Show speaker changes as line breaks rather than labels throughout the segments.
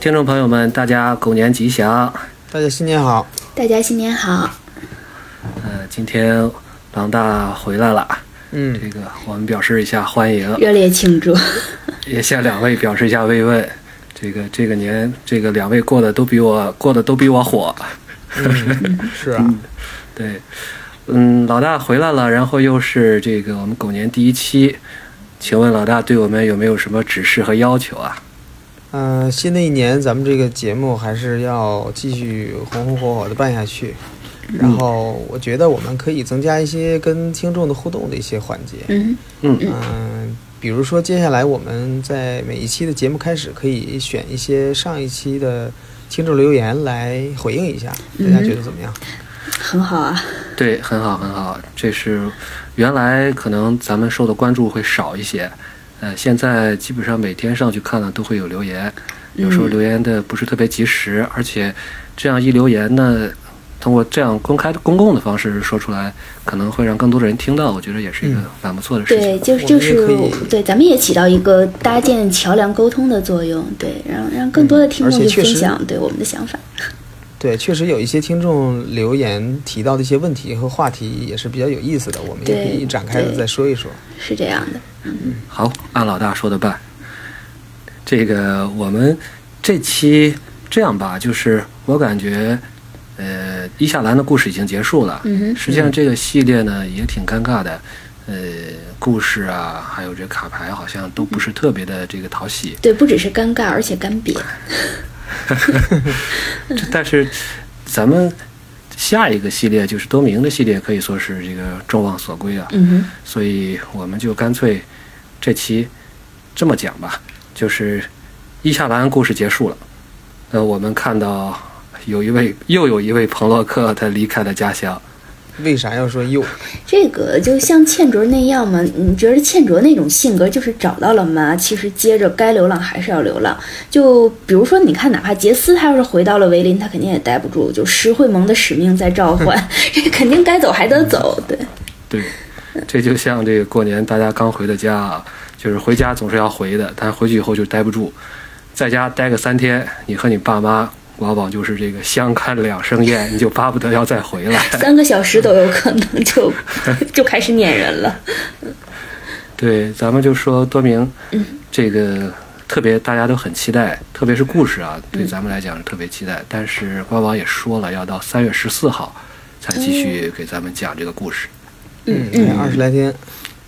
听众朋友们，大家狗年吉祥！
大家新年好！
大家新年好！
呃，今天狼大回来了，
嗯，
这个我们表示一下欢迎，
热烈庆 祝！
也向两位表示一下慰问。这个这个年，这个两位过得都比我过得都比我火。
嗯、是啊、
嗯，对，嗯，老大回来了，然后又是这个我们狗年第一期，请问老大对我们有没有什么指示和要求啊？
嗯、呃，新的一年咱们这个节目还是要继续红红火火的办下去。然后我觉得我们可以增加一些跟听众的互动的一些环节。
嗯
嗯
嗯、呃，比如说接下来我们在每一期的节目开始，可以选一些上一期的听众留言来回应一下，大家觉得怎么样？
很好啊。
对，很好很好。这是原来可能咱们受的关注会少一些，呃，现在基本上每天上去看呢都会有留言，有时候留言的不是特别及时，而且这样一留言呢。通过这样公开、公共的方式说出来，可能会让更多的人听到。我觉得也是一个蛮不错的事情。
对，就是就是
我们也可以
对，咱们也起到一个搭建桥梁沟通的作用。对，让让更多的
嗯
听
而
众
且
去
确
分
实
享对我们的想法。
对，确实有一些听众留言提到的一些问题和话题也是比较有意思的，我们也可以
对
展开的
对
再说一说。
是这样的。
好，按老大说的办。这个我们这期这样吧，就是我感觉，呃，伊夏兰的故事已经结束了。
嗯哼
实际上这个系列呢也挺尴尬的，呃，故事啊，还有这卡牌好像都不是特别的这个讨喜。
对，不只是尴尬，而且干瘪。嗯
这但是咱们下一个系列就是多明的系列，可以说是这个众望所归啊。
嗯哼，
所以我们就干脆这期这么讲吧，就是伊夏兰故事结束了。呃，我们看到有一位又有一位朋洛克他离开了家乡，
为啥要说又？
这个就像倩卓那样嘛，你觉得倩卓那种性格就是找到了妈，其实接着该流浪还是要流浪。就比如说，你看，哪怕杰斯他要是回到了维林，他肯定也待不住，就石会盟的使命在召唤， 这肯定该走还得走。对，
对，这就像这个过年大家刚回的家啊，就是回家总是要回的，但回去以后就待不住，在家待个三天，你和你爸妈往往就是这个相看两生厌，你就巴不得要再回来。
三个小时都有可能就就开始撵人了。
对，咱们就说多明，这个特别大家都很期待，特别是故事啊，对咱们来讲是特别期待。但是官网也说了，要到三月十四号才继续给咱们讲这个故事。
嗯，还二十来天。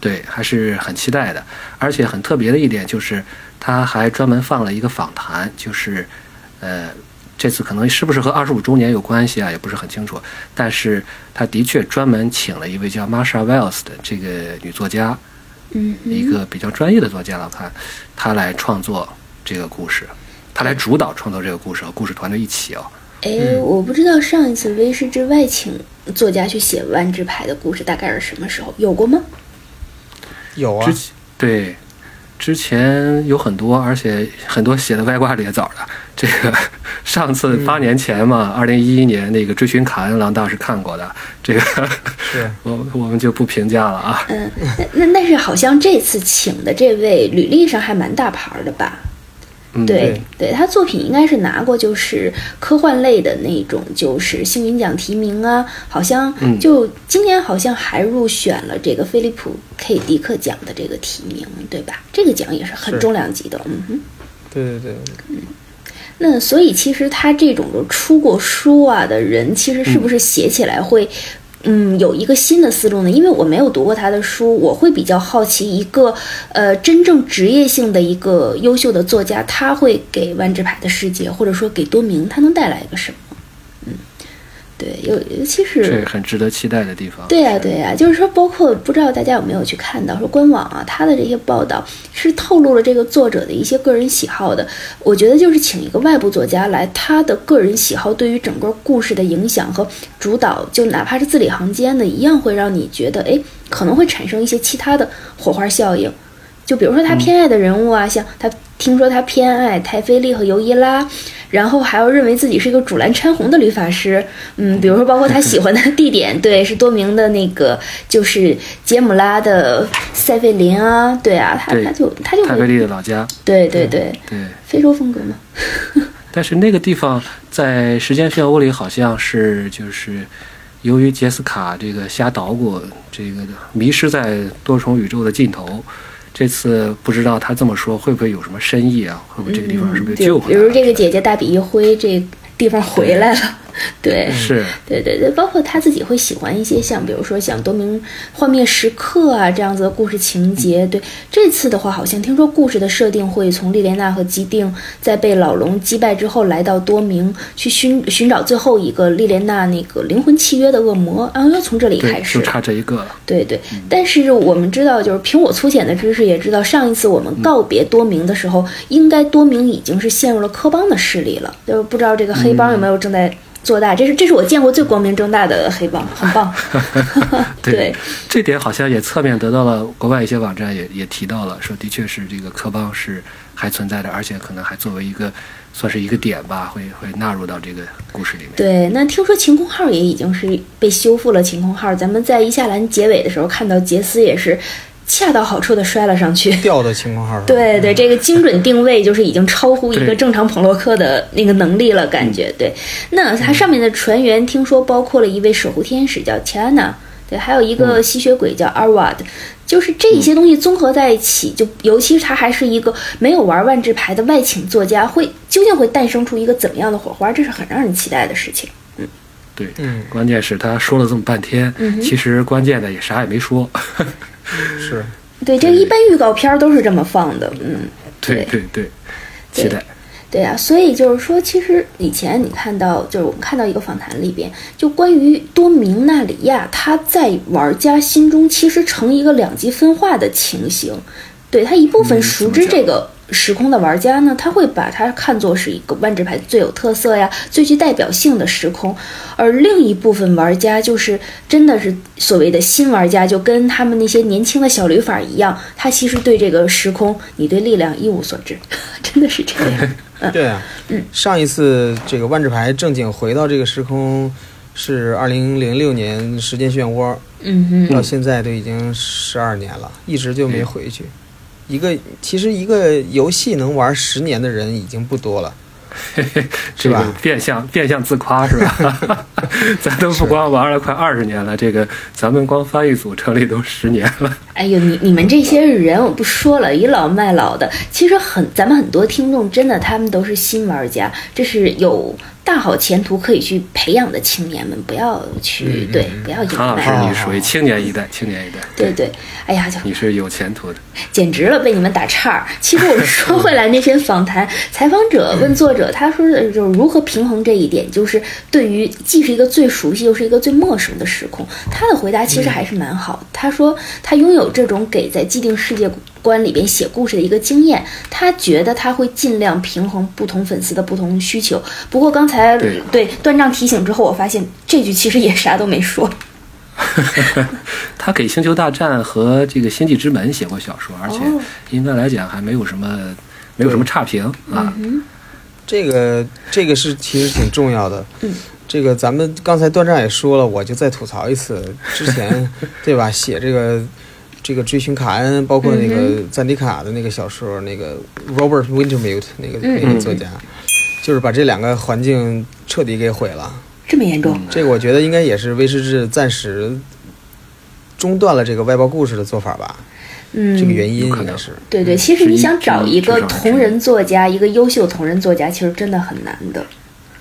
对，还是很期待的。而且很特别的一点就是，他还专门放了一个访谈，就是，呃，这次可能是不是和二十五周年有关系啊，也不是很清楚。但是他的确专门请了一位叫 Marsha Wells 的这个女作家，
嗯，
一个比较专业的作家了，看他来创作这个故事，他来主导创作这个故事和故事团队一起哦。
哎，我不知道上一次威士之外请作家去写万智牌的故事大概是什么时候，有过吗？
有啊
之，前对，之前有很多，而且很多写的歪瓜裂枣的。这个 上次八年前嘛，二零一一年那个《追寻卡恩》，郎大是看过的。这个
是
我我们就不评价了啊。
嗯，那那但是好像这次请的这位履历上还蛮大牌儿的吧？
嗯，
对，对他作品应该是拿过，就是科幻类的那种，就是星云奖提名啊，好像
嗯
就今年好像还入选了这个菲利普 ·K· 迪克奖的这个提名，对吧？这个奖也是很
是
重量级的，嗯哼。
对对对，
那所以其实他这种就出过书啊的人，其实是不是写起来会？嗯，有一个新的思路呢，因为我没有读过他的书，我会比较好奇一个，呃，真正职业性的一个优秀的作家，他会给万智牌的世界，或者说给多明，他能带来一个什么？嗯，对，尤尤其
这
是
很值得期待的地方。
对呀、对呀、就是说，包括不知道大家有没有去看到，说官网啊，它的这些报道是透露了这个作者的一些个人喜好的。我觉得就是请一个外部作家来，他的个人喜好对于整个故事的影响和主导，就哪怕是字里行间的，一样会让你觉得，哎，可能会产生一些其他的火花效应。就比如说他偏爱的人物啊，像他听说他偏爱泰菲利和尤伊拉，然后还要认为自己是一个主蓝掺红的律法师，嗯，比如说包括他喜欢的地点，对，是多明的那个就是杰姆拉的塞费林啊，对啊，他
对
他就他就
泰菲
会
利的老家，
对对对
对。
非洲风格嘛，
但是那个地方在《时间漩涡》里好像是就是由于杰斯卡这个瞎捣鼓，这个迷失在多重宇宙的尽头。这次不知道他这么说会不会有什么深意啊？会不会这个地方是不是救
嗯就
回
比
来了？
如这个姐姐大笔一挥，这地方回来了，对。嗯
是
对对对，包括他自己会喜欢一些像，比如说像《多明幻灭时刻啊》这样子的故事情节。对，这次的话，好像听说故事的设定会从莉莲娜和基定在被老龙击败之后，来到多明去寻寻找最后一个莉莲娜那个灵魂契约的恶魔，然后要从这里开
对，
始。啊
就差这一个了。
对对，但是我们知道，就是凭我粗浅的知识也知道，上一次我们告别多明的时候，应该多明已经是陷入了科邦的势力了，就是不知道这个黑帮有没有正在做大。这是这是我见过最光明正大的黑帮，很棒。对
这点好像也侧面得到了国外一些网站也也提到了，说的确是这个科邦是还存在的，而且可能还作为一个算是一个点吧，会会纳入到这个故事里面。
对，那听说晴空号也已经是被修复了。晴空号，咱们在伊夏兰结尾的时候看到杰斯也是恰到好处的摔了上去。
掉到情况号上。
对对，这个精准定位就是已经超乎一个
对
正常朋洛克的那个能力了，感觉对。那它上面的船员听说包括了一位守护天使叫切安娜，对，还有一个吸血鬼叫阿瓦德，就是这些东西综合在一起，就尤其是他还是一个没有玩万智牌的外请作家，会究竟会诞生出一个怎么样的火花，这是很让人期待的事情。
对，
嗯
关键是他说了这么半天，其实关键的也啥也没说。
是
对，这个一般预告片儿都是这么放的，嗯。
对
对
对对，期待。
对啊，所以就是说，其实以前你看到，就是我们看到一个访谈里边，就关于多明纳里亚，他在玩家心中其实呈一个两极分化的情形。对他一部分熟知这个时空的玩家呢，他会把它看作是一个万智牌最有特色呀、最具代表性的时空，而另一部分玩家就是真的是所谓的新玩家，就跟他们那些年轻的小旅法一样，他其实对这个时空，你对力量一无所知， 真的是这样。
对啊，
嗯
上一次这个万智牌正经回到这个时空是二零零六年《时间漩涡》，
嗯哼。
到现在都已经十二年了，一直就没回去。一个其实一个游戏能玩十年的人已经不多了，
这
是
个
吧
变相变相自夸是吧？ 咱都不光玩了快二十年了，这个咱们光翻译组成立都十年了。
哎呦，你你们这些人我不说了，倚老卖老的。其实很，咱们很多听众真的他们都是新玩家，这是有大好前途可以去培养的青年们，不要去、对，不要
唐
掩
老师，
埋。
你属于青年一代，青年一代，
对对，哎呀，就
你是有前途的。
简直了，被你们打岔儿。其实我们说回来，那些访谈采访者问作者，他说嗯的就是如何平衡这一点，就是对于既是一个最熟悉，又是一个最陌生的时空。他的回答其实还是蛮好。他说他拥有这种给在既定世界观里边写故事的一个经验，他觉得他会尽量平衡不同粉丝的不同需求。不过刚才
对
对断章提醒之后，我发现这句其实也啥都没说。
他给《星球大战》和这个《星际之门》写过小说，而且
哦
应该来讲还没有什么没有什么差评啊。
这个这个是其实挺重要的。
嗯，
这个咱们刚才段丈也说了，我就再吐槽一次，之 前对吧？写这个这个追寻卡恩，包括那
嗯
个赞迪卡的那个小说，那个 Robert Wintermute 那
嗯
个那个作家，就是把这两个环境彻底给毁了。
这么严重？
这个我觉得应该也是威士忌暂时中断了这个外包故事的做法吧，
嗯，
这个原
有
因
可
应
能
该是。
对对，其实
是
你
一
想找
嗯
一
至
个
少是
同人作家，一个优秀同人作家，其实真的很难的。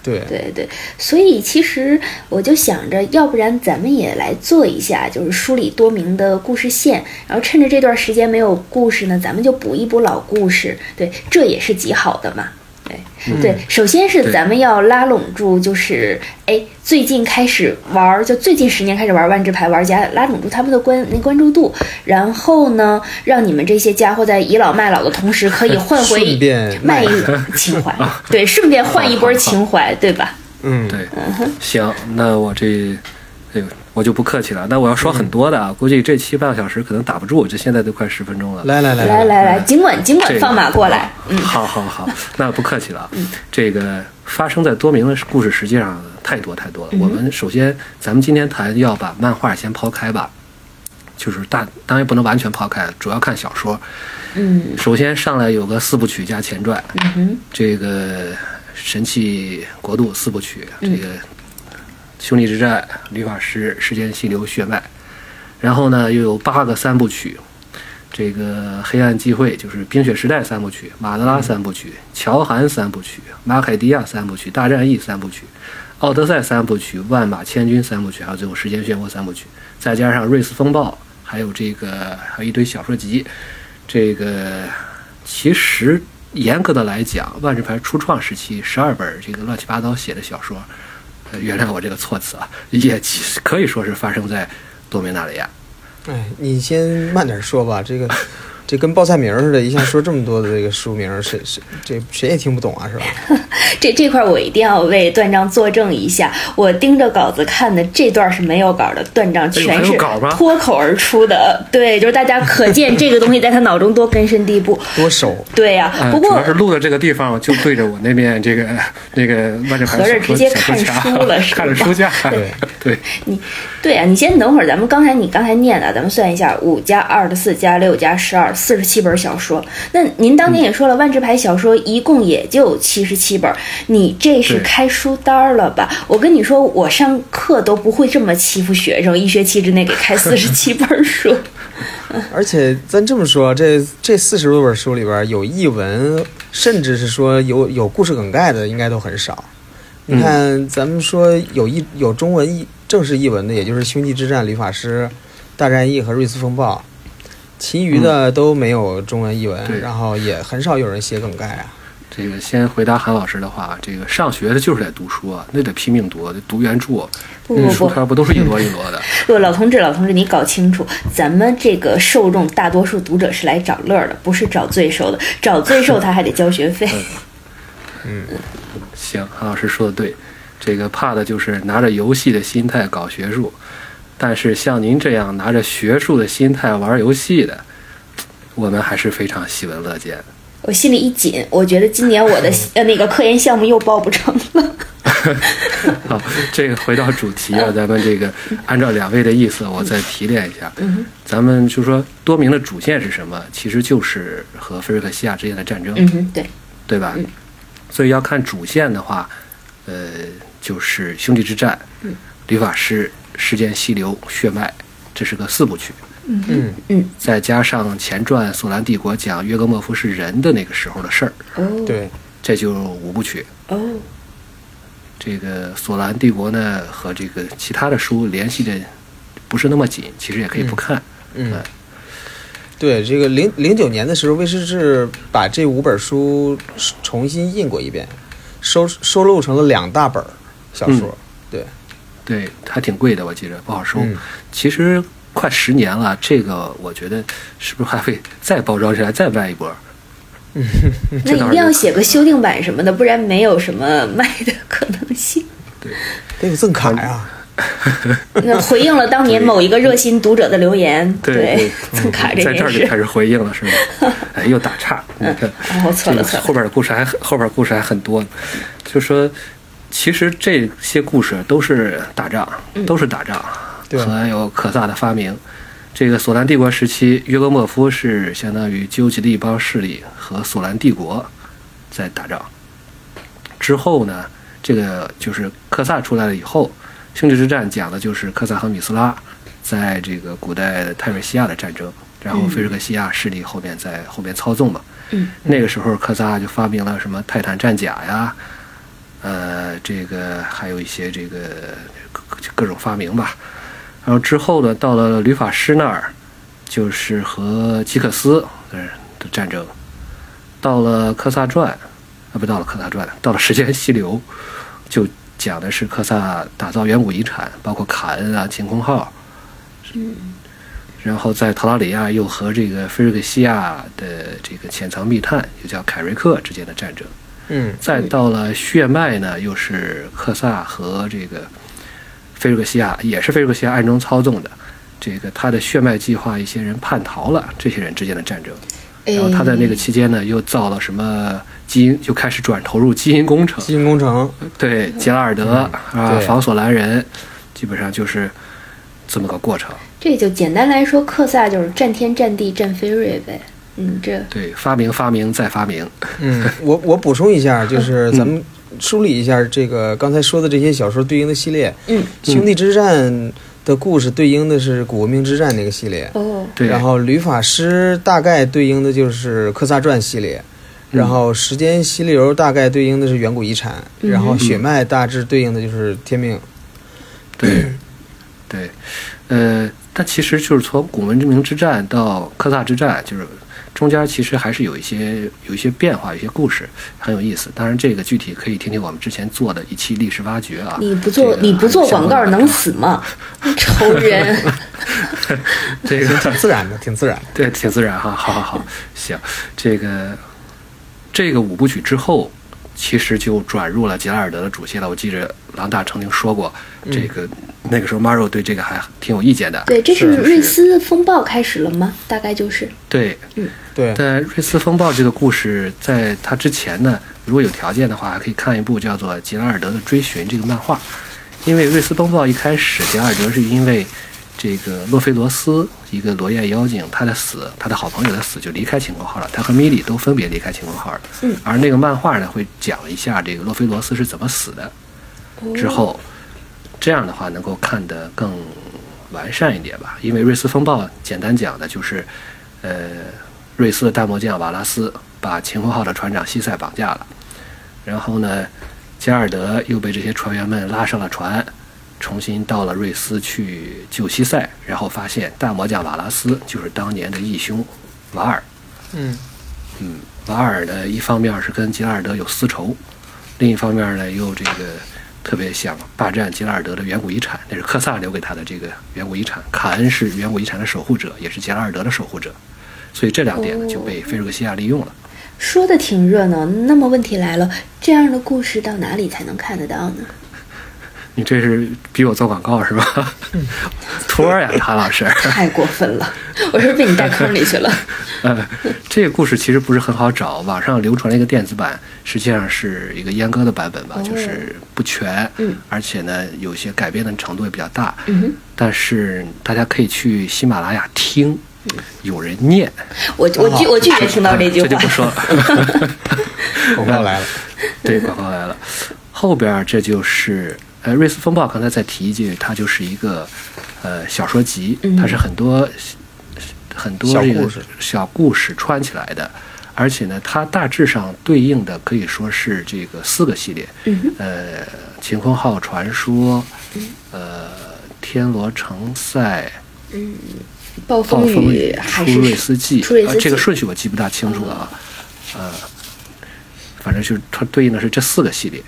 对，
对对，所以其实我就想着，要不然咱们也来做一下，就是梳理多明的故事线，然后趁着这段时间没有故事呢，咱们就补一补老故事。对，这也是极好的嘛。对、对，首先是
对
咱们要拉拢住，就是哎，最近开始玩儿，就最近十年开始玩儿万智牌玩家，拉拢住他们的关那关注度，然后呢，让你们这些家伙在倚老卖老的同时，可以换回
顺便卖
卖一 情怀，
啊
对，顺便换一波情怀，对吧？
嗯，
对，行，那我这，哎呦，我就不客气了。那我要说
嗯
很多的啊，估计这期半个小时可能打不住，这现在都快十分钟了。
来来来
来来来，尽管尽
这
管
个
放马过来，嗯，
好好好，那不客气了。啊这个发生在多明的故事实际上太多太
嗯
多了。我们首先，咱们今天谈要把漫画先抛开吧，就是大当然不能完全抛开，主要看小说。
嗯
首先上来有个四部曲加前传，
嗯哼，
这个神器国度四部曲，这个兄弟之战、旅法师、时间溪流血脉，然后呢又有八个三部曲，这个黑暗忌讳就是冰雪时代三部曲、马德拉三部曲、乔韩三部曲、马凯迪亚三部曲、大战役三部曲、奥德赛三部曲、万马千军三部曲，还有最后时间漩涡三部曲，再加上瑞斯风暴，还有这个还有一堆小说集，这个其实严格的来讲，万智牌初创时期十二本这个乱七八糟写的小说，呃原谅我这个措辞啊，也其实可以说是发生在多米纳里亚。
哎，你先慢点说吧，这个这跟报菜名儿似的，一下说这么多的这个书名儿，谁谁这谁也听不懂啊，是吧？
这这块我一定要为段章作证一下，我盯着稿子看的这段是没有稿的，段章
哎呦
全
还有
是
稿吗
脱口而出的。对，就是大家可见这个东西在他脑中多根深蒂固。
多熟，
对呀、
呃
不
主
过
要是录的这个地方，我就对着我那面这个那个万智牌
合着
小说
直接
小
看
说架
书了是吧
看着书架，
对
对，
对呀、你先等会儿，咱们刚才你刚才念的，咱们算一下，五加二的四加六加十二，四十七本小说。那您当年也说了，万智牌小说一共也就七十七本，你这是
对
开书单儿了吧？我跟你说，我上课都不会这么欺负学生，一学期之内给开四十七本书。
而且咱这么说，这这四十多本书里边儿有译文，甚至是说有有故事梗概的，应该都很少。你看，咱们说有译有中文译正式译文的，也就是《星际之战》《吕法师》《大战役》和《瑞斯风暴》，其余的都没有中文译文，
对
然后也很少有人写梗概啊。
这个先回答韩老师的话，这个上学的就是得读书啊，那得拼命读，得读原著，啊
不
那
不
嗯书
不，
条不都是一摞一摞的？
不，老同志，老同志，你搞清楚，咱们这个受众大多数读者是来找乐儿的，不是找罪受的。找罪受他还得交学费。
行，韩老师说的对，这个怕的就是拿着游戏的心态搞学术，但是像您这样拿着学术的心态玩游戏的，我们还是非常喜闻乐见的。
我心里一紧，我觉得今年我 的呃那个科研项目又报不成了。
好，这个回到主题啊，咱们这个按照两位的意思，我再提炼一下。
嗯
咱们就说多明的主线是什么？其实就是和菲瑞克西亚之间的战争。
嗯哼，对，
对吧？所以要看主线的话，呃，就是兄弟之战、理发师、时间溪流、血脉，这是个四部曲。
嗯，
再加上前传《索兰帝国》讲约格莫夫是人的那个时候的事儿，
哦，，
对，
这就五部曲。
哦，
这个《索兰帝国》呢和这个其他的书联系的不是那么紧，其实也可以不看。
嗯
呃
对，这个零零九年的时候，魏世志把这五本书重新印过一遍，收收录成了两大本儿小说。对，
对，还挺贵的，我记着不好收。
嗯
其实快十年了，这个我觉得是不是还会再包装起来再卖一波？嗯
那一定要写个修订版什么的，不然没有什么卖的可能 性。
得有赠卡呀、
那回应了当年某一个热心读者的留言，
对 对嗯
赠卡这
在这
件
儿就
事
开。始回应了， 是吗？哎，又打岔，你看，
哦，错了
这个
错了，
嗯后边的故事还很后边故事还很多呢，就说其实这些故事都是打仗，都是打仗，
对
还有可萨的发明。这个索兰帝国时期，约格莫夫是相当于纠集的一帮势力和索兰帝国在打仗。之后呢，这个就是科萨出来了以后，星际之战讲的就是科萨和米斯拉在这个古代泰瑞西亚的战争，然后菲瑞克西亚势力后面在后面操纵嘛。
嗯，
那个时候科萨就发明了什么泰坦战甲呀，呃，这个还有一些这个各各种发明吧。然后之后呢，到了吕法师那儿，就是和吉克斯呃的战争。到了科萨传，啊，不到了科萨传，到了时间溪流，就讲的是科萨打造远古遗产，包括卡恩啊、晴空号，然后在塔拉里亚又和这个菲瑞克西亚的这个潜藏密探，又叫凯瑞克之间的战争。
嗯，
再到了血脉呢，又是克萨和这个菲瑞克西亚，也是菲瑞克西亚暗中操纵的。这个他的血脉计划，一些人叛逃了，这些人之间的战争。然后他在那个期间呢，又造了什么基因，又开始转投入基因工程。
基因工程，
对，杰拉尔德、啊，
对
防索兰人，基本上就是这么个过程。
这就简单来说，克萨就是战天战地战飞瑞呗。嗯，这
对，发明发明再发明。
嗯，我我补充一下，就是咱们梳理一下这个刚才说的这些小说对应的系列，
嗯，
兄弟之战的故事对应的是古文明之战那个系列，
哦，
对，
然后吕法师大概对应的就是科萨传系列，然后时间溪流大概对应的是远古遗产，
嗯
然后血脉大致对应的就是天命，
对，
嗯
对，呃，但其实就是从古文之明之战到科萨之战，就是中间其实还是有一些有一些变化，有一些故事很有意思。当然，这个具体可以听听我们之前做的一期历史挖掘啊。
你不做
这个
你不做
相
广
关
告
的
能死吗？仇人，
这个
挺自然的，挺自然的。
对，挺自然哈，好好好，行，这个这个五部曲之后，其实就转入了杰拉尔德的主线了。我记着郎大曾经说过，这个、那个时候 Maro 对这个还挺有意见的。
嗯对，这是
就
瑞斯风暴开始了吗？大概就是，
对，
对，
但瑞斯风暴这个故事，在它之前呢，如果有条件的话，还可以看一部叫做《杰拉尔德的追寻》这个漫画，因为瑞斯风暴一开始，杰拉尔德是因为这个洛菲罗斯一个罗焰妖精他的死，他的好朋友的死就离开晴空号了，他和米里都分别离开晴空号了。
嗯
而那个漫画呢，会讲一下这个洛菲罗斯是怎么死的，之后，这样的话能够看得更完善一点吧。因为瑞斯风暴，简单讲的就是，呃，瑞斯的大魔将瓦拉斯把晴空号的船长西塞绑架了，然后呢，加尔德又被这些船员们拉上了船，重新到了瑞斯去救西塞，然后发现大魔将瓦拉斯就是当年的义兄瓦尔，
嗯
嗯，瓦尔呢，一方面是跟吉拉尔德有私仇，另一方面呢，又这个特别想霸占吉拉尔德的远古遗产，那是科萨留给他的这个远古遗产。卡恩是远古遗产的守护者，也是吉拉尔德的守护者，所以这两点呢
哦
就被菲鲁克西亚利用了。
说的挺热闹。那么问题来了，这样的故事到哪里才能看得到 呢？
你这是逼我做广告是吧？ 托儿呀，谭老师。
太过分了，我是被你带坑里去 了。
呃，这个故事其实不是很好找，网上流传了一个电子版，实际上是一个阉割的版本吧，就是不全，
嗯
而且呢，有些改编的程度也比较大，
嗯哼
但是大家可以去喜马拉雅听，有人念，
我我拒我拒绝听嗯到这句
这就不
话。
说 了，
广告来了，
对，广告来了，后边儿这就是。呃，瑞斯风暴刚才再提一句，它就是一个呃小说集，
嗯
它是很多很多
小
这个
故事
小故事串起来的，而且呢，它大致上对应的可以说是这个四个系列，
嗯哼嗯
呃，晴空号传说，呃，天罗城塞，
暴
暴
风
风
雨
雨、
还
出
是
瑞斯记，
出瑞斯
呃，
记嗯
这个顺序我记不大清楚了啊，呃，反正就是它对应的是这四个系列。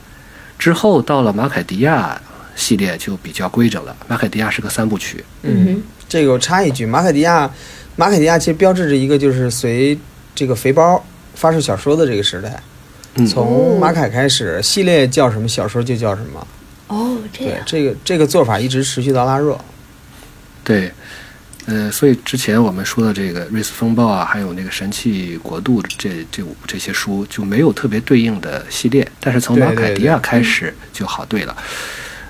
之后到了马凯迪亚系列就比较规整了，马凯迪亚是个三部曲，
嗯哼
这个我插一句，马凯迪亚，马凯迪亚其实标志着一个就是随这个肥包发售小说的这个时代，
嗯，
从马凯开始，系列叫什么小说就叫什么。
哦，这
对
样，
这个这个做法一直持续到拉热。
对，呃，所以之前我们说的这个《瑞斯风暴》啊，还有那个《神器国度这》这五这些书就没有特别对应的系列，但是从
对
马凯
对
迪
对
亚开始就好对了。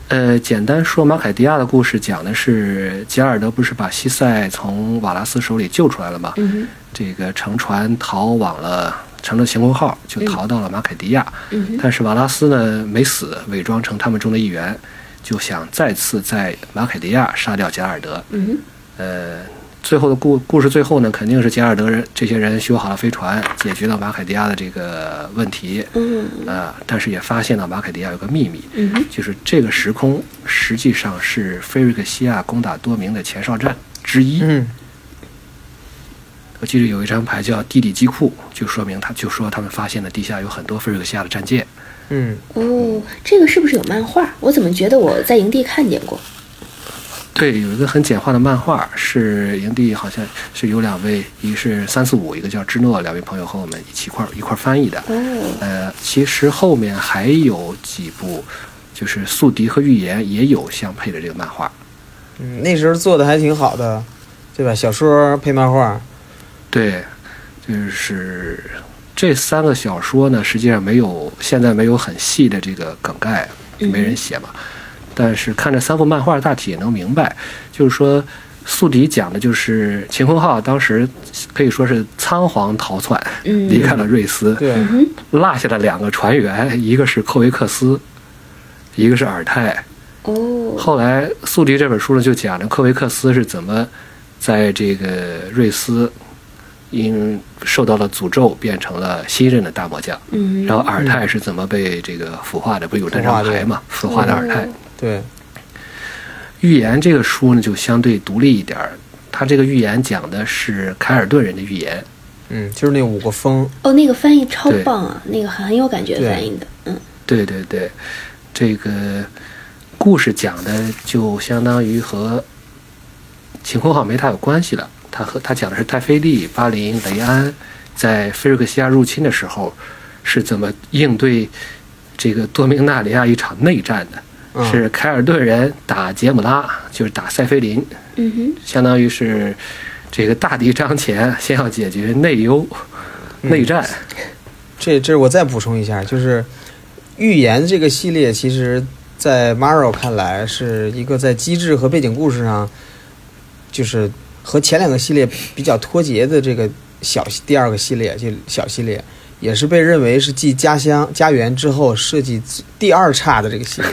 呃，简单说，马凯迪亚的故事讲的是吉尔德不是把西塞从瓦拉斯手里救出来了吗？
嗯哼
这个乘船逃往了乘着晴空号就逃到了马凯迪亚。
嗯哼
但是瓦拉斯呢没死，伪装成他们中的一员，就想再次在马凯迪亚杀掉吉尔德。
嗯哼
呃，最后的故故事最后呢，肯定是杰尔德人这些人修好了飞船，解决了马凯迪亚的这个问题，
嗯
呃，但是也发现了马凯迪亚有个秘密，
嗯哼
就是这个时空实际上是菲瑞克西亚攻打多明的前哨站之一。
嗯，
我记得有一张牌叫“地底机库”，就说明他就说他们发现了地下有很多菲瑞克西亚的战舰。
嗯，
哦，这个是不是有漫画？我怎么觉得我在营地看见过？
对，有一个很简化的漫画，是营地好像是有两位，一个是三四五，一个叫芝诺，两位朋友和我们一起一块儿一块儿翻译的。
哦，
呃，其实后面还有几部，就是《宿敌》和《预言》也有相配的这个漫画。
嗯，那时候做的还挺好的，对吧？小说配漫画，
对，就是这三个小说呢，实际上没有现在没有很细的这个梗概，没人写嘛。但是看这三部漫画大体也能明白，就是说宿敌讲的就是秦桧浩当时可以说是仓皇逃窜，
嗯
离开了瑞斯，
对，
落下了两个船员，一个是寇维克斯，一个是尔泰。
哦，
后来《宿敌》这本书呢，就讲了克维克斯是怎么在这个瑞斯因受到了诅咒，变成了新任的大魔将。
嗯，
然后尔泰是怎么被这个腐化的？不是有那张牌嘛？腐化的嗯尔泰。
对，
预言这个书呢，就相对独立一点儿。它这个预言讲的是凯尔顿人的预言，
嗯，就是那五个风，
哦，那个翻译超
对
棒啊，那个很有感觉
对
翻译的，嗯
对对对，这个故事讲的就相当于和晴空号没太有关系了。他和他讲的是泰菲利、巴林、雷安在菲瑞克西亚入侵的时候是怎么应对这个多明纳里亚一场内战的。
嗯
是凯尔顿人打杰姆拉，就是打塞菲林，
嗯哼，
相当于是这个大敌当前，先要解决内忧、内战。
这这我再补充一下，就是《预言》这个系列，其实，在 Maro 看来是一个在机制和背景故事上，就是和前两个系列比较脱节的这个小第二个系列，就小系列，也是被认为是继《家乡家园》之后设计第二差的这个系列。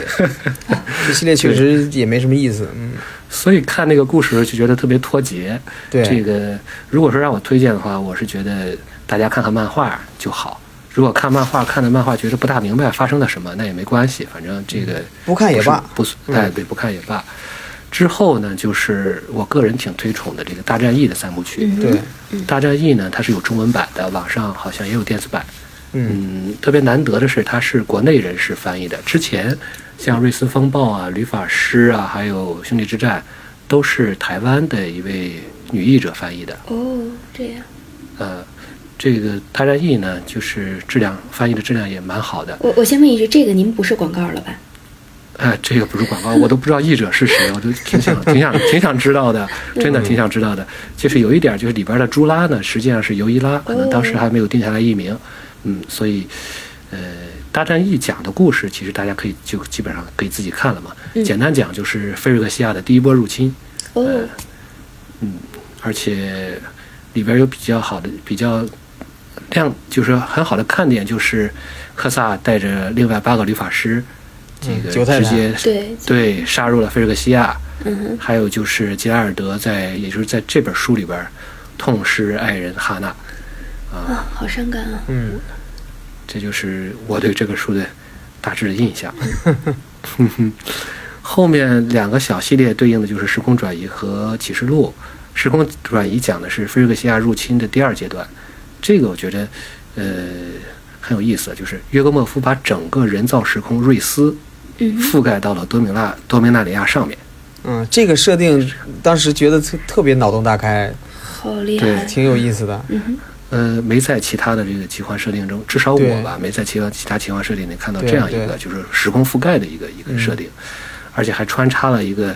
这系列确实也没什么意思，嗯，
所以看那个故事就觉得特别脱节。这
对，
个如果说让我推荐的话，我是觉得大家看看漫画就好。如果看漫画看的漫画觉得不大明白发生了什么，那也没关系，反正这个
嗯不看也罢。嗯
不是不哎对，不看也罢。之后呢，就是我个人挺推崇的这个《大战役》的三部曲。
嗯
对，
《大战役》呢，它是有中文版的，网上好像也有电子版。
嗯，
嗯，特别难得的是，它是国内人士翻译的。之前像《瑞斯风暴》啊、《吕法师》啊，还有《兄弟之战》，都是台湾的一位女译者翻译的。
哦，这样，
呃，这个《大战役》呢，就是质量翻译的质量也蛮好的。
我我先问一句，这个您不是广告了吧？
哎，这个不是广告，我都不知道译者是谁，我都挺想、挺想、挺想知道的，真
嗯
的挺想知道的。就是有一点，就是里边的朱拉呢，实际上是尤伊拉，可能当
哦
时还没有定下来译名。嗯，所以，呃，《大战役》讲的故事，其实大家可以就基本上可以自己看了嘛。
嗯
简单讲，就是菲瑞克西亚的第一波入侵。呃
哦，
而且里边有比较好的、比较亮，就是很好的看点，就是科萨带着另外八个旅法师，这
嗯
个
犹太
直
人
接
对，
对杀入了菲尔克西亚。
嗯哼，
还有就是杰拉尔德在，也就是在这本书里边痛失爱人哈娜，
啊，好伤感啊，
嗯，
这就是我对这个书的大致的印 象。哼哼后面两个小系列对应的就是《时空转移》和《启示录》。《时空转移》讲的是菲瑞克西亚入侵的第二阶段，这个我觉得呃很有意思，就是约格莫夫把整个人造时空瑞斯
嗯哼，
覆盖到了多米纳多米纳里亚上面。
嗯，这个设定当时觉得特特别脑洞大开，
好厉
对
害，
挺有意思的。
嗯哼，
呃，没在其他的这个奇幻设定中，至少我
对
吧，没在其他其他奇幻设定里看到
对
这样一个
对嗯
就是时空覆盖的一个一个设定，而且还穿插了一个，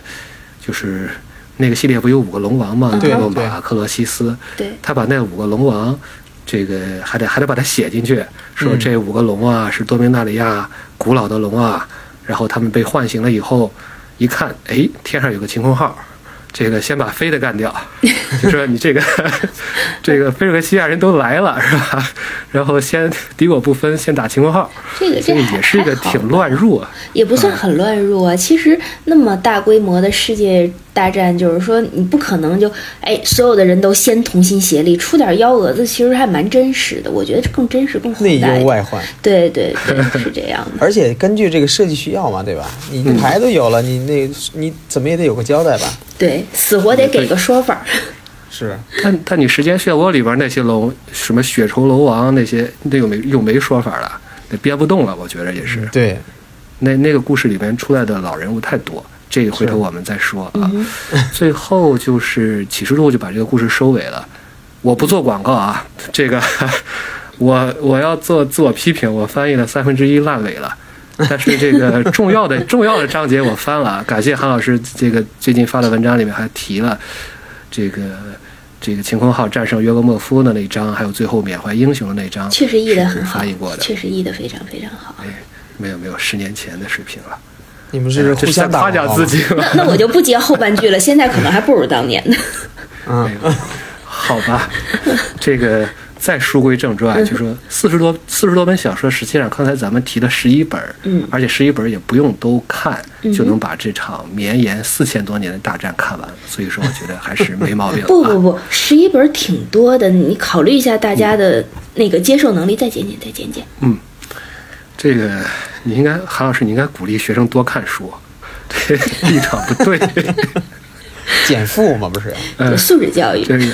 就是那个系列不有五个龙王吗？
啊对
多
对
马、克罗西斯，
对，
他把那五个龙王，这个还得还得把它写进去，说
嗯
这五个龙啊是多明纳里亚古老的龙啊，然后他们被唤醒了以后，一看，哎，天上有个晴空号，这个先把飞的干 掉，就说你这个 这个菲尔克西亚人都来了是吧？然后先敌我不分，先打晴空号，
这
这
个这
个
还
也是一个
还好
挺乱入啊。
也不算很乱入啊。其实那么大规模的世界大战，就是说你不可能就哎所有的人都先同心协力，出点幺蛾子，其实还蛮真实的。我觉得这更真实、更
内
宏大一
忧
点。
外患，
对对对，是这样的。
而且根据这个设计需要嘛，对吧？你牌都
嗯
有了，你那你怎么也得有个交代吧？
对，死活得给个说法儿。
是，
但但你时间漩涡里边那些龙，什么血仇龙王那些，那又没又没说法了，那编不动了，我觉得也是。
对，
那那个故事里面出来的老人物太多，这个回头我们再说啊。
嗯
最后就是启示录就把这个故事收尾了。我不做广告啊，这个 我我要做自我批评，我翻译了三分之一烂尾了。但是这个重要的 重要的章节我翻了啊，感谢韩老师这个最近发的文章里面还提了这个这个晴空号战胜约格莫夫的那一章，还有最后缅怀英雄的那一章，
确实译得很
是
好
翻译过，的，哎
确实译得非常非常好。
没有没有十年前的水平了。
你们是互
哎这啊是在
相打
夸奖
广告
自
吗
己了。
那我就不接后半句了，现在可能还不如当年呢。
嗯
哎呦 好吧，这个再书归正传，啊就说四十多四十多本小说，实际上刚才咱们提了十一本，
嗯，
而且十一本也不用都看，就能把这场绵延四千多年的大战看完，所以说我觉得还是没毛病、啊。
不不不，十一本挺多的，你考虑一下大家的那个接受能力，再减减，再减减。
这个你应该，韩老师，你应该鼓励学生多看书，这立场不对。
减负嘛，不是？
嗯
就素质教育，
这个，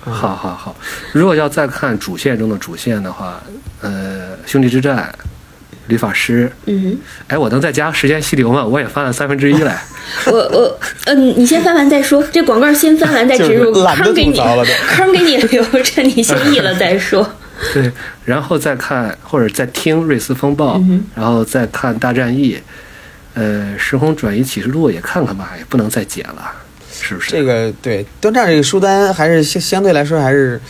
好好好。如果要再看主线中的主线的话，呃，兄弟之战、理发师，
嗯
哎，我能再加时间溪流吗？我也翻了三分之一了。
哼，我我嗯，你先翻完再说，这广告先翻完再植入，
就是懒得
坑给
吐
你
槽了都，
坑给你留着，你先译了再说。
对，然后再看或者再听《瑞斯风暴》然后再看《大战役》，呃，《时空转移启示录》也看看吧，也不能再剪了，是不是？
这个对端战这个书单还是相相对来说还是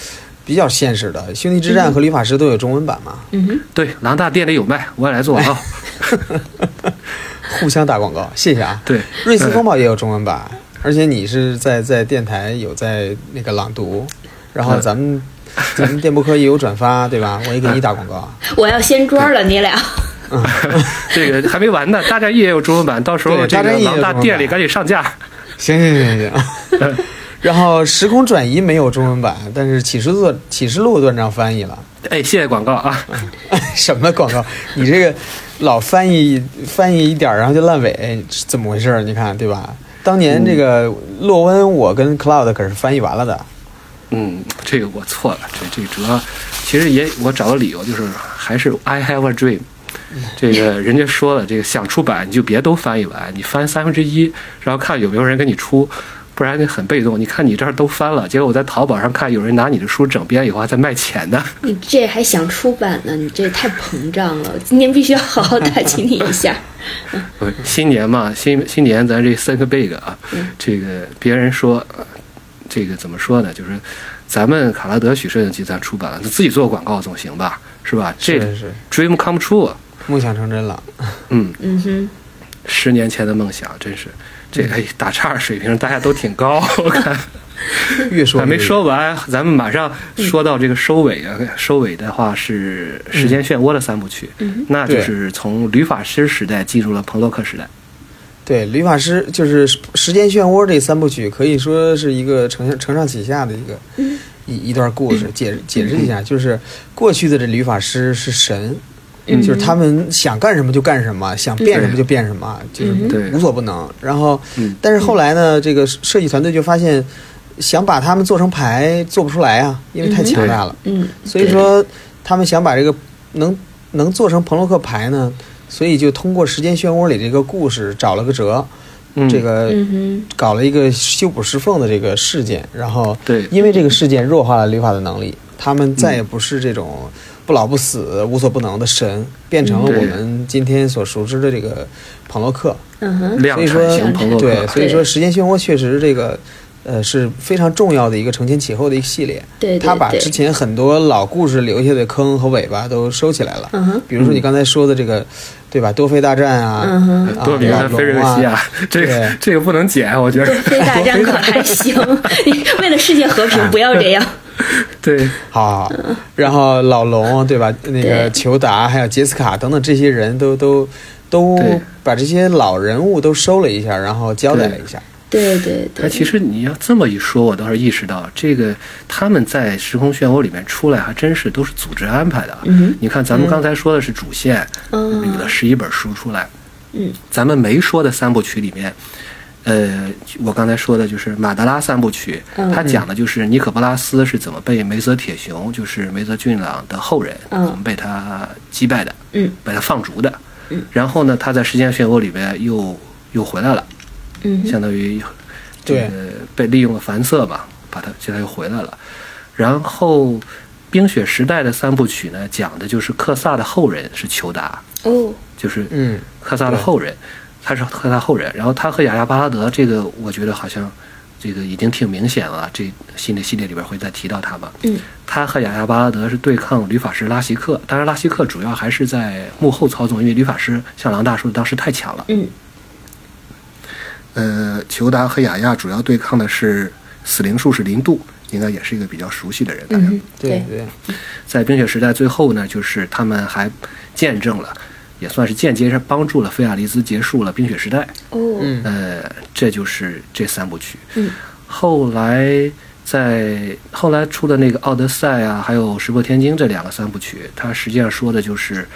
比较现实的，《兄弟之战》和《理发师》都有中文版嘛，
嗯哼，
对，狼大店里有卖，我也来做啊广告。
互相打广告，谢谢啊。，
对，
《瑞斯风暴》也有中文版，而且你是在在电台有在那个朗读，然后咱 们、咱们电波课也有转发，对吧？我也给你打广告，
我要掀桌了，你俩。
这个还没完呢，《大战役》也有中文版，到时候
对
这
大
个
战役
狼
也有
大
中文
店里
版
赶紧上架。
行行行行行。 然后《时空转移》没有中文版，但是启示录启示录断章翻译了。
哎，谢谢广告啊！
什么广告？你这个老翻译翻译一点儿，然后就烂尾，是怎么回事儿？你看对吧？当年这个洛温，我跟 Cloud 可是翻译完了的。
嗯，这个我错了，这这主要其实也我找个理由，就是还是 I have a dream。这个人家说了，这个想出版你就别都翻译完，你翻三分之一，然后看有没有人给你出，不然你很被动。你看你这儿都翻了，结果我在淘宝上看有人拿你的书整编以后还在卖钱呢。
你这还想出版呢？你这太膨胀了！今天必须要好好打击你一下。
不是新年嘛，新新年咱这三个 big 啊，这个别人说，呃这个怎么说呢？就是咱们卡拉德许摄影集团出版了，自己做广告总行吧，是吧？这
是是
dream come true，啊
梦想成真了。
嗯，
嗯哼，
十年前的梦想，真是这
嗯
哎打岔水平大家都挺 高，我看
越说
还
越
没说完，咱们马上
嗯
说到这个收尾啊，收尾的话是《时间漩涡》的三部曲，
嗯
那就是从旅法师时代进入了彭洛克时代。
对《理发师》就是《时时间漩涡》这三部曲，可以说是一个承承上启下的一个一一段故事。解解释一下，就是过去的这理发师是神，就是他们想干什么就干什么，想变什么就变什么，就是
对
无所不能。然后
嗯，
但是后来呢，这个设计团队就发现，想把他们做成牌做不出来啊，因为太强大了。
嗯，
所以说，他们想把这个能能做成彭洛克牌呢，所以就通过时间漩涡里这个故事找了个辙。
嗯，
这个
嗯
搞了一个修补石缝的这个事件，然后
对
因为这个事件弱化了理发的能力，他们再也不是这种不老不死、无所不能的神，变成了
嗯嗯对
我们今天所熟知的这个彭洛克。
哼，嗯哼，
量产型彭洛克，
对，所以说
对
时间漩涡确实这个。呃，是非常重要的一个承前启后的一个系列。
对对
他把
对
之前很多老故事留下的坑和尾巴都收起来了。
嗯哼，
比如说你刚才说的这个，对吧？多菲大战啊，
嗯哼
啊
多米
对吧
纳菲瑞
龙啊
西亚，这个
对
这个不能剪，我觉 得。
非大战可还行？ 你为了世界和平，不要这样。
对，
好，然后老龙对吧？那个
对
裘达还有杰斯卡等等这些人都都都
对
把这些老人物都收了一下，然后交代了一下。
对对
哎，
对，
其实你要这么一说，我倒是意识到，这个他们在时空漩涡里面出来，还真是都是组织安排的。啊
嗯
你看，咱们刚才说的是主线，
嗯
捋了十一本书出来，
嗯，
咱们没说的三部曲里面，呃，我刚才说的就是马德拉三部曲，
嗯
它讲的就是尼可波拉斯是怎么被梅泽铁雄，就是梅泽俊朗的后人，
嗯
怎么被他击败的，
嗯
被他放逐的，然后呢，他在时间漩涡里面又又回来了。
嗯哼
相当于这
对
个被利用了樊瑟嘛，把他现在又回来了。然后冰雪时代的三部曲呢，讲的就是克萨的后人是裘达，
哦，
就是
嗯，
克萨的后人，他是克萨后人。然后他和雅亚巴拉德这个，我觉得好像这个已经挺明显了，这新的系列里边会再提到他嘛。
嗯
他和雅亚巴拉德是对抗吕法师拉希克，当然拉希克主要还是在幕后操纵，因为吕法师像狼大说的，当时太强了。
嗯
呃，裘达和雅亚主要对抗的是死灵术士林度，应该也是一个比较熟悉的人。大家
嗯，
对
对，
对，
在冰雪时代最后呢，就是他们还见证了，也算是间接上帮助了菲亚利兹结束了冰雪时代。
哦，
嗯
呃，这就是这三部曲。
嗯
后来在后来出的那个《奥德赛》啊，还有《石破天惊》这两个三部曲，它实际上说的就是，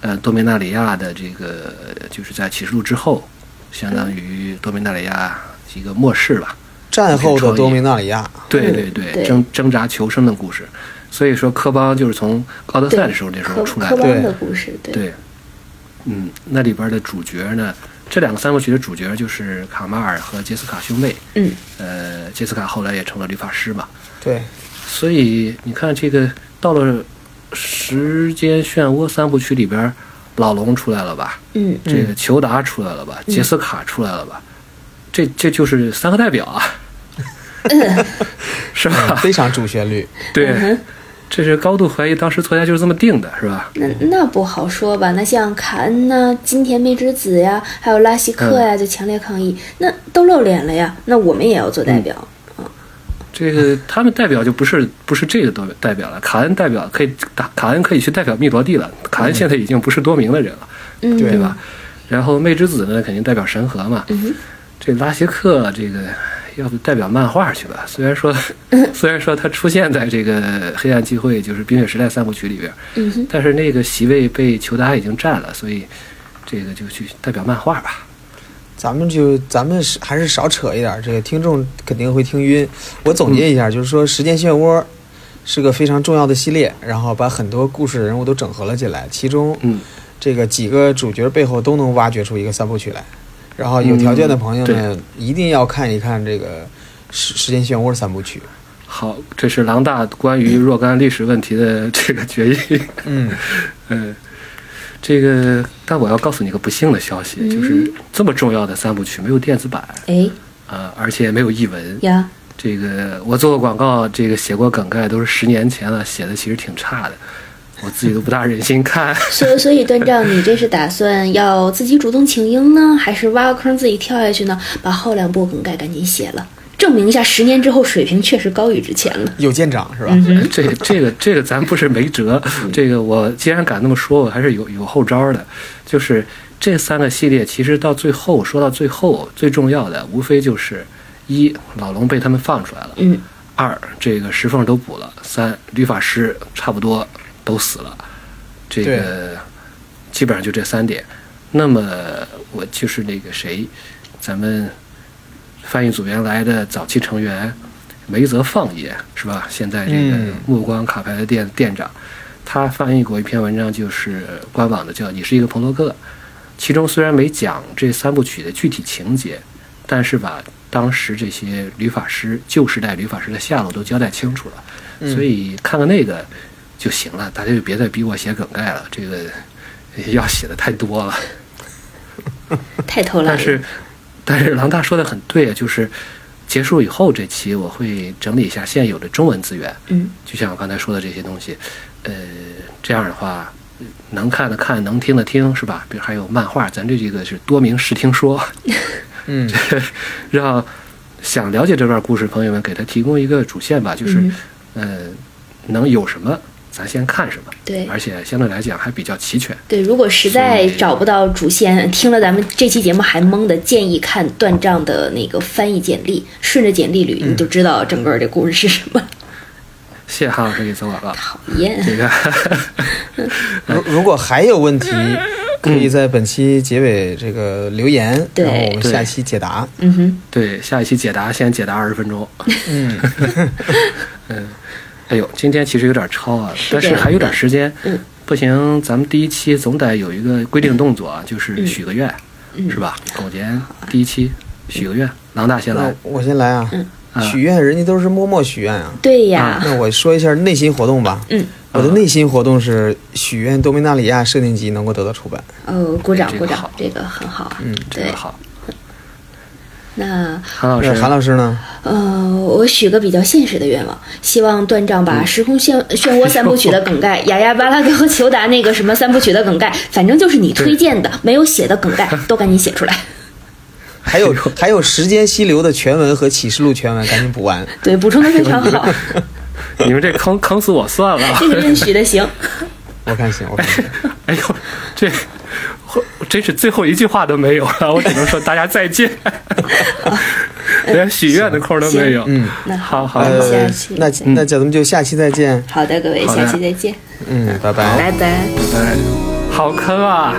呃，多米纳里亚的这个就是在启示录之后，相当于多米纳里亚一个末世吧。
战后的多米纳里亚，
对
嗯
对对，
对
挣挣扎求生的故事。所以说科邦就是从《奥德赛》的时候那时候
科
出来
科
的。
邦的故事，对，
对，嗯，那里边的主角呢，这两个三部曲的主角就是卡马尔和杰斯卡兄妹。
嗯，
呃，杰斯卡后来也成了理发师嘛，
对，
所以你看这个到了时间漩涡三部曲里边，老龙出来了吧，
嗯，
这个裘达出来了吧，杰斯卡出来了吧，这这就是三个代表啊，
嗯
是吧？
非常主旋律，
对，这是高度怀疑当时作家就是这么定的，是吧？
那那不好说吧？那像卡恩呐、金田美之子呀，还有拉希克
嗯
呀，就强烈抗议，那都露脸了呀，那我们也要做代
嗯
表，
这个他们代表就不是不是这个代代表了，卡恩代表可以打卡恩可以去代表密罗蒂了，卡恩现在已经不是多明的人了，
嗯，
对啊吧？然后魅之子呢，肯定代表神和嘛，这拉希克这个要不代表漫画去吧？虽然说 虽然说他出现在这个黑暗机会，就是冰雪时代三部曲里边，
嗯哼，
但是那个席位被裘达已经占了，所以这个就去代表漫画吧。
咱们就咱们是还是少扯一点儿，这个听众肯定会听晕。我总结一下，就是说《时间漩涡》是个非常重要的系列，然后把很多故事人物都整合了进来，其中
嗯，
这个几个主角背后都能挖掘出一个三部曲来。然后有条件的朋友呢，一定要看一看这个《时时间漩涡》三部曲。
好，这是狼大关于若干历史问题的这个决议。
嗯，
嗯，这个，但我要告诉你一个不幸的消息，就是这么重要的三部曲没有电子版
哎
啊、呃而且没有译文。
呀，
这个我做过广告，这个写过梗概，都是十年前了，写的其实挺差的，我自己都不大忍心看。
所以所以段丈，你这是打算要自己主动请缨呢，还是挖个坑自己跳下去呢？把后两部梗概赶紧写了，证明一下十年之后水平确实高于之前了。
有舰长
嗯
是吧？
这个这个这个咱不是没辙，这个我既然敢那么说，我还是有有后招的。就是这三个系列，其实到最后说到最后，最重要的无非就是一老龙被他们放出来了，
嗯
二这个石缝都补了，三律法师差不多都死了，这个基本上就这三点。那么我就是那个谁，咱们翻译组原来的早期成员梅泽放也是吧？现在这个
嗯
目光卡牌的店店长，他翻译过一篇文章，就是官网的叫《你是一个彭罗克》，其中虽然没讲这三部曲的具体情节，但是把当时这些旅法师旧时代旅法师的下落都交代清楚了，所以看看那个就行了，大家就别再逼我写梗概了，这个要写的太多了。
太偷懒了。
但是，但是郎大说的很对，啊就是结束以后这期我会整理一下现有的中文资源，
嗯，
就像我刚才说的这些东西，呃，这样的话呃能看的看，能听的听，是吧？比如还有漫画，咱这这个是多名视听说，
嗯，
让想了解这段故事的朋友们给他提供一个主线吧，就是、呃，能有什么咱先看什么，
对
而且相对来讲还比较齐全。
对，如果实在找不到主线， 听了咱们这期节目还懵的，建议看段丈的那个翻译简历，顺着简历捋，
嗯
你就知道整个这故事是什 么。
谢谢韩老师给做广告，
讨厌，
啊这个
如如果还有问题，可以在本期结尾这个留言，
对
然后我们下期解答。
嗯哼，
对下一期解答先解答二十分 钟。
嗯，
哎呦，今天其实有点超啊，
是
但
这
是
样
还有点时间。
嗯
不行，咱们第一期总得有一个规定动作啊，就是许个愿，
嗯
是吧？狗节第一期许个愿，狼大先
那
嗯
来。
我先来啊。
嗯
许愿人家都是默默许愿啊。
对呀，
那我说一下内心活动吧。
嗯，
我的内心活动是许愿多米纳里亚设定集能够得到出版。
哦，鼓掌
这个
鼓掌
好，
这个很好啊。
嗯
这
对
个，好，
那
韩老师，
那韩老师 呢？
呃，我许个比较现实的愿望，希望段丈
嗯
把《时空漩漩涡》三部曲的 梗概、雅亚巴拉格和裘达那个什么三部曲的梗概，反正就是你推荐的没有写的梗概，都赶紧写出来。
还
哎
有还有时间溪流的全文和启示录全文，赶紧补完。
对，补充的非常好，
你们这坑坑死我算了。
这个认许的行。
我看行，我看行。
哎呦，这真是最后一句话都没有 了，我只能说大家再见，连许愿的空都没有。
嗯，
那
好好，
我们
呃
下期，
那那咱们就下期再见。
好的，各位，
好
下
的
期再见，
嗯，拜拜。
拜拜。
哎，好坑啊！